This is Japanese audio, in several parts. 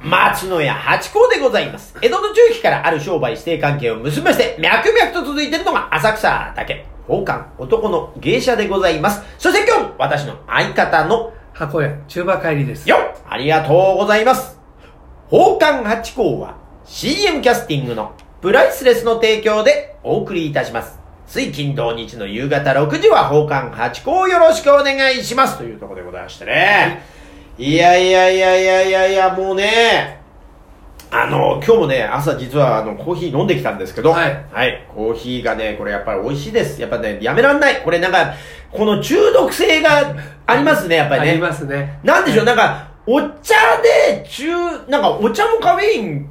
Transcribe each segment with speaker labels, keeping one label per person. Speaker 1: 町野屋八甲でございます。江戸の中期からある商売指定関係を結びまして、脈々と続いているのが浅草だけ、宝冠男の芸者でございます。そして今日、私の相方の
Speaker 2: 箱屋、中馬帰りです。
Speaker 1: よっありがとうございます。宝冠八甲は CM キャスティングのプライスレスの提供でお送りいたします。水金土日の夕方6時は宝冠八甲をよろしくお願いします。というところでございましてね。いやいやいやいやいやいや、もうね、あの、今日もね、朝実はあの、コーヒー飲んできたんですけど、
Speaker 2: はい
Speaker 1: コーヒーがね、これやっぱり美味しいです。やっぱね、やめらんない。これなんか、この中毒性がありますね、やっぱりね。
Speaker 2: ありますね。
Speaker 1: なんでしょう、なんか、お茶で、中、なんかお茶もカフェイン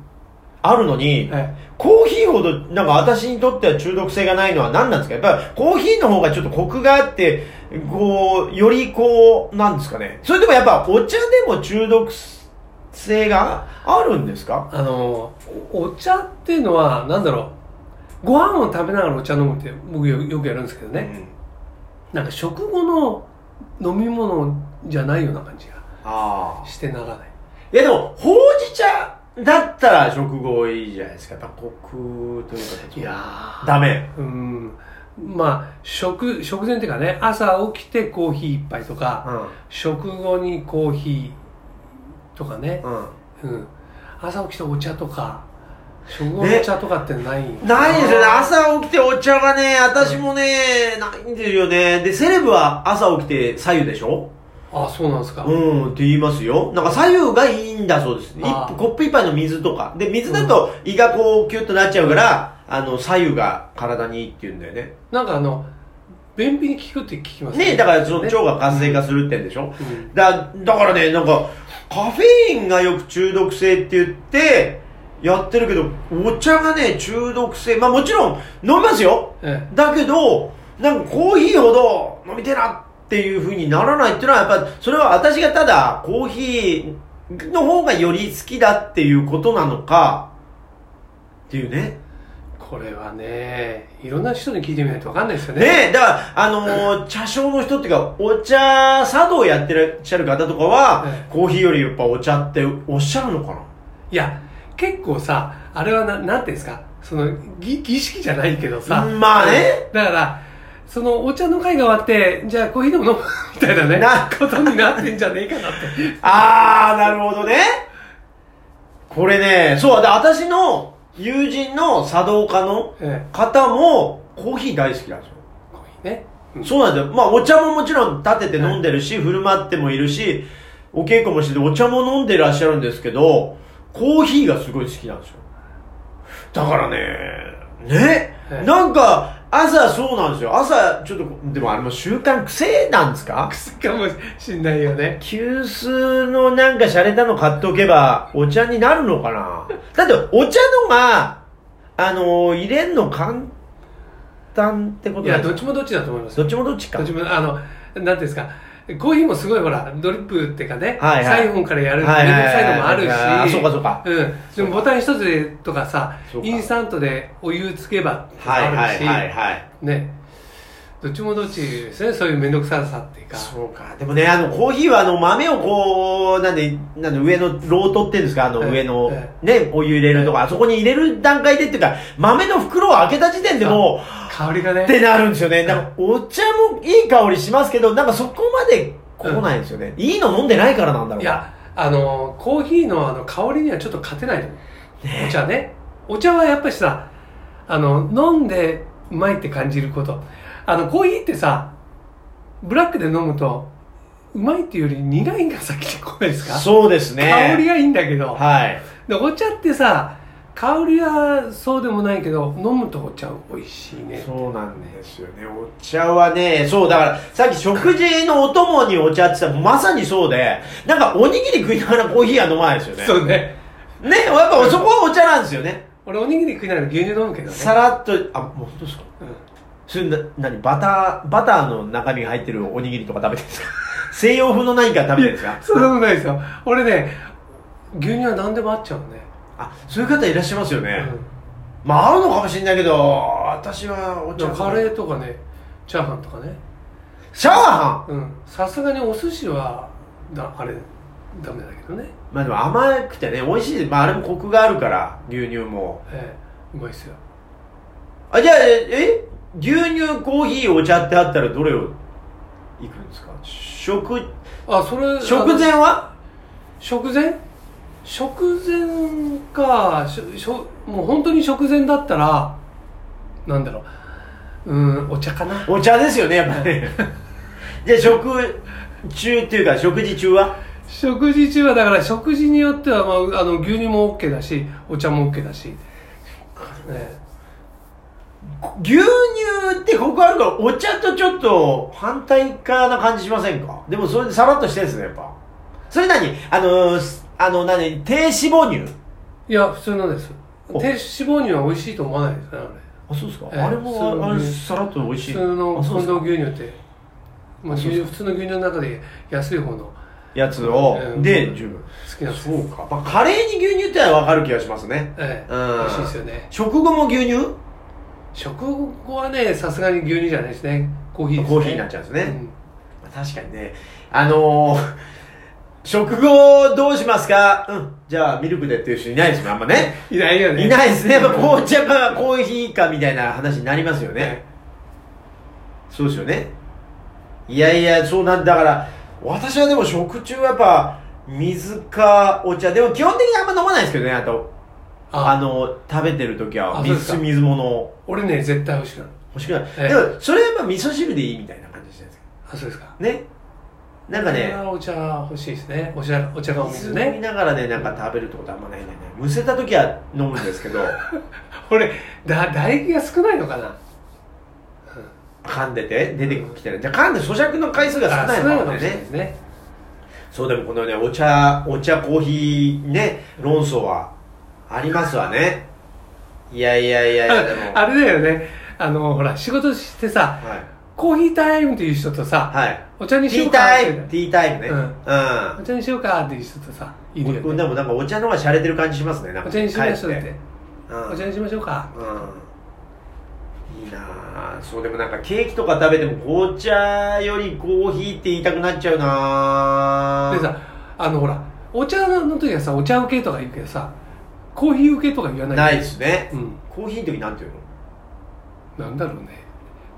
Speaker 1: あるのに、
Speaker 2: はい
Speaker 1: コーヒーほど、なんか私にとっては中毒性がないのは何なんですかやっぱりコーヒーの方がちょっとコクがあって、こう、よりこう、なんですかね。それでもやっぱお茶でも中毒性があるんですか
Speaker 2: あの、おお茶っていうのは、なんだろう。ご飯を食べながらお茶飲むって僕よよくやるんですけどね。なんか食後の飲み物じゃないような感じが
Speaker 1: ああ。
Speaker 2: してならない。
Speaker 1: いやでも、ほうじ茶だったら食後いいじゃないですか。やっぱコクというか。
Speaker 2: いや
Speaker 1: ダメ。
Speaker 2: ー。うん。まあ、食、食前っていうかね、朝起きてコーヒー一杯とか、食後にコーヒーとかね。
Speaker 1: うん。うん。
Speaker 2: うん。朝起きてお茶とか、食後
Speaker 1: ね
Speaker 2: のお茶とかってない、
Speaker 1: ないんですよね。朝起きてお茶がね、私もね、ないんですよね。で、セレブは朝起きて左右でしょ
Speaker 2: あ、そうなんですか。
Speaker 1: うん、って言いますよ。なんか左右がいいんだそうです。一
Speaker 2: あー
Speaker 1: コップ一杯の水とか。で、水だと胃がこう、キュッとなっちゃうから、あの、左右が体にいいって言うんだよね。
Speaker 2: なんかあの、便秘に効くって聞きます
Speaker 1: ねだからその腸が活性化するってんでしょ
Speaker 2: うん
Speaker 1: だ、だからね、なんか、カフェインがよく中毒性って言って、やってるけど、お茶がね、中毒性。まあもちろん、飲みますよ。
Speaker 2: え
Speaker 1: だけど、なんかコーヒーほど飲みてえなっていう風にならないっていうのは、やっぱ、それは私がただコーヒーの方がより好きだっていうことなのか、っていうね。
Speaker 2: えこれはね、いろんな人に聞いてみないとわかんないですよね。
Speaker 1: ねえ、だから、あのー茶商の人っていうか、お茶、茶道やってらっしゃる方とかは、
Speaker 2: え
Speaker 1: コーヒーよりやっぱお茶っておっしゃるのかない
Speaker 2: や、結構さ、あれはな、なんていうんですか、その、儀儀式じゃないけどさ。
Speaker 1: まあね。
Speaker 2: だから、そのお茶の会が終わって、じゃあコーヒーでも飲むみたいなね、
Speaker 1: な
Speaker 2: ことになってんじゃねえかなって。
Speaker 1: あー、なるほどね。これね、そう、だから私の友人の茶道家の
Speaker 2: え
Speaker 1: 方もコーヒー大好きなんですよ。
Speaker 2: えコーヒーね。うん
Speaker 1: そうなんですよ。まあお茶ももちろん立てて飲んでるし、振る舞ってもいるし、お稽古もしててお茶も飲んでらっしゃるんですけど、コーヒーがすごい好きなんですよ。だからね、ね、
Speaker 2: はい
Speaker 1: なんか朝そうなんですよ。朝ちょっと、でもあれも習慣癖なんですか
Speaker 2: かもしんないよね。
Speaker 1: 急須のなんか洒落たの買っておけば、お茶になるのかなだって、お茶のが、あのー入れんの簡単ってこ
Speaker 2: い
Speaker 1: とな
Speaker 2: や、
Speaker 1: んで
Speaker 2: ど
Speaker 1: すか
Speaker 2: っちもどっちだと思いますよ
Speaker 1: どっちもどっちか。
Speaker 2: 自分あの、なんていうんですか、コーヒーもすごいほら、ドリップっていうかね、
Speaker 1: はいはい
Speaker 2: サイフォンからやる、
Speaker 1: はいはいはい
Speaker 2: サイドもあるし、
Speaker 1: あそうかそうか
Speaker 2: うん。でもボタン一つでとかさ
Speaker 1: そう、か
Speaker 2: インスタントでお湯つけばとか
Speaker 1: はい
Speaker 2: あ
Speaker 1: は
Speaker 2: るし、
Speaker 1: いはいはい。
Speaker 2: ね。どっちもどっちですね、そういう面倒くささっていうか。
Speaker 1: そうか。でもね、あの、コーヒーはあの、豆をこう、なんで、なんで上のロートっていうんですか、あの
Speaker 2: ええ
Speaker 1: 上の
Speaker 2: え、
Speaker 1: ね、お湯入れるとか、あそこに入れる段階でっていうか、豆の袋を開けた時点でもう、
Speaker 2: 香りがね。
Speaker 1: ってなるんですよね。なんかお茶もいい香りしますけど、なんかそこまで来ないんですよね。いいの飲んでないからなんだろう
Speaker 2: い
Speaker 1: な。
Speaker 2: や、あの、コーヒーのあの香りにはちょっと勝てないと思う。お茶ね。お茶はやっぱりさ、あの、飲んでうまいって感じること。あの、コーヒーってさ、ブラックで飲むと、うまいっていうより苦いが先に来ないですか、
Speaker 1: そうですね。
Speaker 2: 香りがいいんだけど。
Speaker 1: はい。
Speaker 2: でお茶ってさ、香りはそうでもないけど、飲むとお茶美味しいね。
Speaker 1: そうなんですよね。お茶はね、そう、だから、さっき食事のお供にお茶って言ったら、まさにそうで、なんかおにぎり食いながらコーヒーは飲まないですよね。
Speaker 2: そうね。
Speaker 1: ね、やっぱそこはお茶なんですよね。
Speaker 2: 俺おにぎり食いながら牛乳飲むけどね。
Speaker 1: さらっと、あ、もう本当ですか
Speaker 2: うん
Speaker 1: それな、なに、バター、バターの中身が入ってるおにぎりとか食べてるんですか 西洋風の何か食べてるんですか
Speaker 2: そんなことないですよ。俺ね、牛乳は何でも合っちゃうのね。
Speaker 1: あ、そういう方いらっしゃいますよね。
Speaker 2: う
Speaker 1: まあ、合うのかもしれないけど、私はお茶
Speaker 2: ん、カレーとかねチャーハンとかね
Speaker 1: シャワーハン
Speaker 2: うんさすがにお寿司はだあれダメだけどね、
Speaker 1: まあでも甘くてね、美味しい。まああれもコクがあるから、牛乳も。
Speaker 2: ええうまいっすよ
Speaker 1: あ、じゃあ、ええ牛乳、コーヒー、お茶ってあったらどれをいくんですか食、
Speaker 2: あそれ
Speaker 1: 食前 は
Speaker 2: 食前食前かしょしょもう本当に食前だったらなんだろううんお茶かな
Speaker 1: お茶ですよね、やっぱり。じゃあ食中っていうか、食事中は
Speaker 2: 食事中はだから食事によっては、まあ、あの牛乳も OK だしお茶も OK だし、ね、
Speaker 1: 牛乳ってコクあるから、お茶とちょっと反対側な感じしませんかでもそれでさらっとしてるんですね、やっぱ。それ何あのー、あの、何低脂肪乳
Speaker 2: いや普通なんです低
Speaker 1: お
Speaker 2: 脂肪乳は美味しいと思わないですねあれ
Speaker 1: あ、そうですか、
Speaker 2: ええ
Speaker 1: あれも、あれ、
Speaker 2: 普通の牛乳
Speaker 1: さらっと美味し
Speaker 2: 普
Speaker 1: い。
Speaker 2: 通の
Speaker 1: あそうで
Speaker 2: 近
Speaker 1: すか
Speaker 2: 藤牛乳って、まあ、
Speaker 1: あそう
Speaker 2: 牛
Speaker 1: です
Speaker 2: 乳普通の牛乳の中で安い方の好
Speaker 1: やつを、
Speaker 2: うん
Speaker 1: で、十分。
Speaker 2: きなやつで
Speaker 1: そ
Speaker 2: す
Speaker 1: うか。まあ、カレーに牛乳ってのはわかる気がしますね。
Speaker 2: ええ
Speaker 1: うん
Speaker 2: 美味しいですよね
Speaker 1: 食後も牛乳
Speaker 2: 食後はねさすがに牛乳じゃないですねコーヒーですね
Speaker 1: コーヒーになっちゃうんですね
Speaker 2: ん
Speaker 1: 確かにね。あのー、食後どうしますかうん。じゃあ、ミルクでっていう人いないですね、あんまね。
Speaker 2: いないよね
Speaker 1: いないですね。やっぱ紅茶かコーヒーかみたいな話になりますよね。そうですよね。いやいや、そうなんだから、私はでも食中はやっぱ、水かお茶。でも基本的にあんま飲まないですけどね、あと。あ
Speaker 2: あ
Speaker 1: の、食べてる時は
Speaker 2: あそう
Speaker 1: 水、
Speaker 2: ですか
Speaker 1: 水物を
Speaker 2: 俺ね絶対欲しくなる
Speaker 1: 欲しくない。
Speaker 2: ええ
Speaker 1: でも、それはやっぱ味噌汁でいいみたいな感じじゃないですか。
Speaker 2: あそうですか
Speaker 1: ね。なんかね、
Speaker 2: お茶欲しいですねお茶お茶がお水
Speaker 1: 水飲み
Speaker 2: ね
Speaker 1: ながらね、なんか食べるってことあんまないんだよね。むせた時は飲むんですけど、
Speaker 2: 俺だ唾液が少ないのかな
Speaker 1: 噛んでて出てきてる。じゃあ噛んで咀嚼の回数が少
Speaker 2: あ
Speaker 1: ない
Speaker 2: 少
Speaker 1: の
Speaker 2: ない
Speaker 1: かも
Speaker 2: のかもしれない
Speaker 1: ね
Speaker 2: で。すね
Speaker 1: そうでもこのね、お茶、お茶、コーヒーね、論争はありますわね。いやいやいやいや、でも。
Speaker 2: あれだよねあのほら仕事してさ
Speaker 1: はい。
Speaker 2: コーヒータイムっていう人とさ
Speaker 1: はい。
Speaker 2: お茶
Speaker 1: テ
Speaker 2: にし
Speaker 1: ィ
Speaker 2: よ
Speaker 1: ー
Speaker 2: うか
Speaker 1: タ
Speaker 2: っ
Speaker 1: イ
Speaker 2: て
Speaker 1: ム、ティータイムね。う。
Speaker 2: うんん
Speaker 1: う
Speaker 2: お茶にしようかっていう人とさいるよ
Speaker 1: で
Speaker 2: ね
Speaker 1: もなんかお茶の方が洒落てる感じしますね。なんか
Speaker 2: お茶にしましょうっ
Speaker 1: 帰
Speaker 2: て
Speaker 1: うん
Speaker 2: お茶にしましょうか
Speaker 1: うんいいなあそうでもなんかケーキとか食べても紅茶よりコーヒーって言いたくなっちゃうなあ
Speaker 2: でさあのほらお茶の時はさお茶受けとか言うけどさコーヒー受けとか言わない
Speaker 1: ないですね、
Speaker 2: うん
Speaker 1: コーヒーの時なんていう
Speaker 2: なんだろうね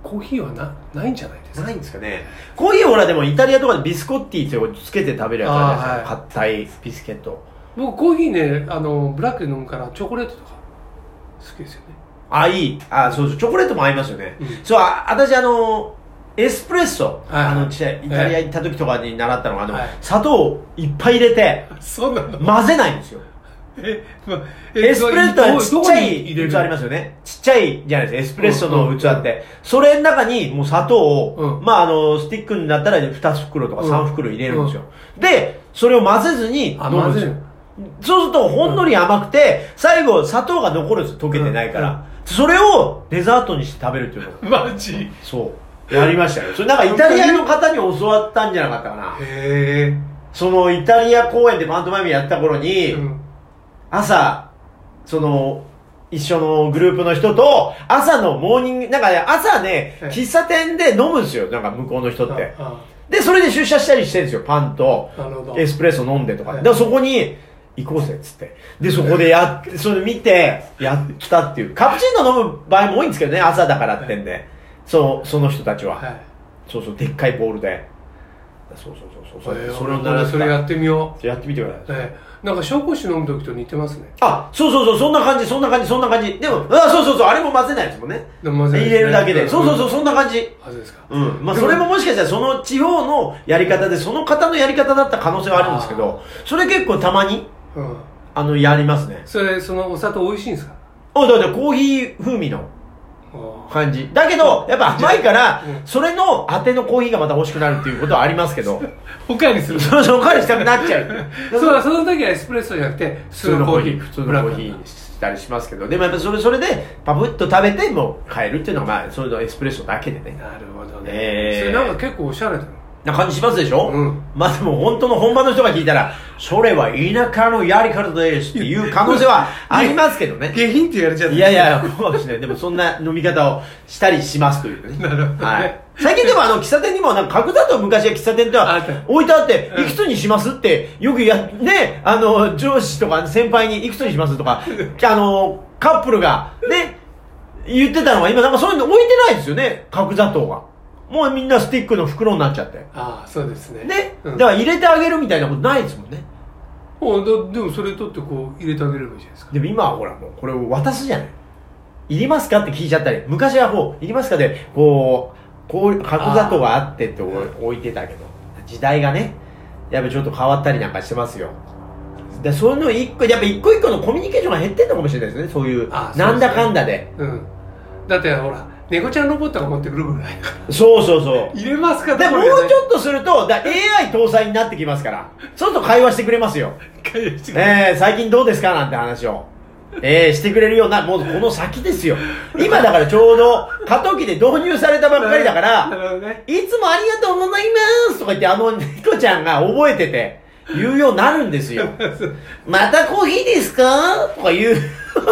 Speaker 2: コーヒーはなないんじゃないです
Speaker 1: の
Speaker 2: か
Speaker 1: ないんですかねコーヒーほらでもイタリアとかでビスコッティってつけて食べるやつあるじゃないですか
Speaker 2: あ
Speaker 1: 硬、いビスケット
Speaker 2: 僕コーヒーねあのブラックで飲むからチョコレートとか好きですよね
Speaker 1: あいいあそうそうチョコレートも合いますよね、
Speaker 2: うん
Speaker 1: そうあ私あのエスプレッソ、
Speaker 2: はい
Speaker 1: あのちっちゃいイタリア行った時とかに習ったのが、あの
Speaker 2: はい
Speaker 1: 砂糖をいっぱい入れて
Speaker 2: そうなの
Speaker 1: 混ぜないんですよ
Speaker 2: え、ま、
Speaker 1: エスプレッソはちっちゃ
Speaker 2: どこに入れ
Speaker 1: い
Speaker 2: る
Speaker 1: 器ありますよね。ちっちゃいじゃないですか、エスプレッソの器って。それの中にもう砂糖を、
Speaker 2: うん
Speaker 1: まああの、スティックになったら2袋とか3袋入れるんですよ。で、それを混ぜずに
Speaker 2: あ
Speaker 1: 飲むんですよ
Speaker 2: 混ぜ。
Speaker 1: そうするとほんのり甘くて、最後砂糖が残るんですよ。溶けてないから。それをデザートにして食べるっていうの。
Speaker 2: マジ
Speaker 1: そう。やりましたよ。それなんかイタリアの方に教わったんじゃなかったかな。
Speaker 2: へ
Speaker 1: そのイタリア公演でパントマイムやった頃に、
Speaker 2: え、うん、
Speaker 1: 朝、その、一緒のグループの人と、朝のモーニング、なんかね、朝ね、
Speaker 2: はい
Speaker 1: 喫茶店で飲むんですよ、なんか向こうの人って。
Speaker 2: あ
Speaker 1: で、それで出社したりしてるんですよ、パンと
Speaker 2: なるほ、ど
Speaker 1: エスプレッソ飲んでとか。
Speaker 2: はい
Speaker 1: だからそこに、行こうぜっつって。で、そこでや って、それ見て、やったっていう。カプチーノ飲む場合も多いんですけどね、朝だからってんで。その、その人たちは。
Speaker 2: あはい
Speaker 1: そうそう、でっかいボールで。そうそうそうそう。それ
Speaker 2: えー
Speaker 1: それを
Speaker 2: 本当
Speaker 1: 習っ
Speaker 2: に
Speaker 1: た
Speaker 2: それやってみよ
Speaker 1: やってみてください。
Speaker 2: う、ええ、なんか紹興酒飲む時と似てますね
Speaker 1: あ、そうそうそう、そんな感じ、そんな感じ、そんな感じ。でも、あ、そうそうそう、あれも混ぜないですもんね。
Speaker 2: でも混ぜない
Speaker 1: 入
Speaker 2: ですね
Speaker 1: れるだけで。
Speaker 2: うん
Speaker 1: そうそうそう、そんな感じ。
Speaker 2: あそうですか
Speaker 1: うん。まあ、それももしかしたらその地方のやり方で、その方のやり方だった可能性はあるんですけど、それ結構たまに、
Speaker 2: うん
Speaker 1: あの、やりますね。
Speaker 2: それそのお砂糖美味しいんですか
Speaker 1: おだってコーヒー風味の
Speaker 2: あ
Speaker 1: 感じ。だけど、やっぱ甘いから
Speaker 2: う、ん
Speaker 1: それの当てのコーヒーがまた欲しくなるっていうことはありますけど、
Speaker 2: おかわりするそ
Speaker 1: そうそう、おかわりしたくなっちゃう。
Speaker 2: うだ その時はエスプレッソじゃなくて
Speaker 1: 普
Speaker 2: 普
Speaker 1: 通
Speaker 2: 通
Speaker 1: の
Speaker 2: の
Speaker 1: コ
Speaker 2: コ
Speaker 1: ー
Speaker 2: ー
Speaker 1: ヒ
Speaker 2: ヒ
Speaker 1: ー
Speaker 2: ー
Speaker 1: 普通のコーヒーにしたりしますけどでもやっぱそれそれでパブッと食べてもう帰るっていうのがまあそれのエスプレッソだけでね
Speaker 2: なるほどね、
Speaker 1: ええ
Speaker 2: それなんか結構おしゃれだ
Speaker 1: な
Speaker 2: な
Speaker 1: 感じしますでしょ、
Speaker 2: うん
Speaker 1: まあでも本当の本場の人が聞いたらそれは田舎のやり方ですっていう可能性はありますけどね
Speaker 2: 下品って言われちゃった
Speaker 1: いやいや、そうかもしれない。でもそんな飲み方をしたりしますというね。
Speaker 2: なるほどね
Speaker 1: はい。最近でもあの、喫茶店にも、なんか角砂糖昔は喫茶店で
Speaker 2: ああ
Speaker 1: は
Speaker 2: った
Speaker 1: 置いてあって、
Speaker 2: うん
Speaker 1: いくつにしますって、よくや、ね、あの、上司とか先輩にいくつにしますとか、あの、カップルが、ね、言ってたのが今なんかそういうの置いてないですよね、角砂糖が。もうみんなスティックの袋になっちゃって。
Speaker 2: ああそうですね
Speaker 1: ね、
Speaker 2: うん、
Speaker 1: だから入れてあげるみたいなことないですもんね。
Speaker 2: おだでもそれ取ってこう入れてあげればいいじゃないですか
Speaker 1: でも今はほらもうこれを渡すじゃない。いりますかって聞いちゃったり、昔はこう、いりますかで、こう、こう、角砂糖があってって
Speaker 2: う
Speaker 1: 置いてたけど、時代がね、やっぱちょっと変わったりなんかしてますよ。で、そういうの一個、やっぱ一個一個のコミュニケーションが減ってんのかもしれないですね、そういう、
Speaker 2: あそうですね
Speaker 1: なんだかんだで。
Speaker 2: うんだってほら猫ちゃんロボットが持ってくるぐらい だから
Speaker 1: そうそうそう。
Speaker 2: 入れますか
Speaker 1: で、もうち
Speaker 2: ょっ
Speaker 1: ょっとすると、だ AI 搭載になってきますから、そうすると会話してくれますよ。
Speaker 2: と返してくれ
Speaker 1: えー、最近どうですかなんて話を、えー、してくれるような、もうこの先ですよ。今だからちょうど過渡期で導入されたばっかりだか
Speaker 2: な
Speaker 1: ら、
Speaker 2: るほどね
Speaker 1: いつもありがとうございますとか言ってあの猫ちゃんが覚えてて言うようになるんですよ。またコーヒーですかとか言うよ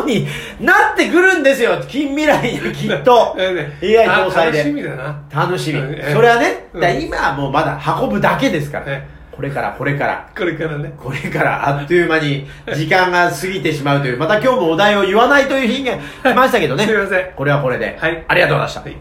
Speaker 1: うになってくるんですよ。近未来にきっと。
Speaker 2: なるほど
Speaker 1: AI 搭載
Speaker 2: あ楽しみ
Speaker 1: で。
Speaker 2: だな
Speaker 1: 楽しみ
Speaker 2: うん。
Speaker 1: それはね、だ
Speaker 2: うん
Speaker 1: から今はもうまだ運ぶだけですか
Speaker 2: え
Speaker 1: ら。これから、これから。
Speaker 2: これからね
Speaker 1: これからあっという間に時間が過ぎてしまうという、また今日もお題を言わないという日が来ましたけどね。
Speaker 2: すいません
Speaker 1: これはこれで。
Speaker 2: はい
Speaker 1: ありがとうございました。
Speaker 2: はい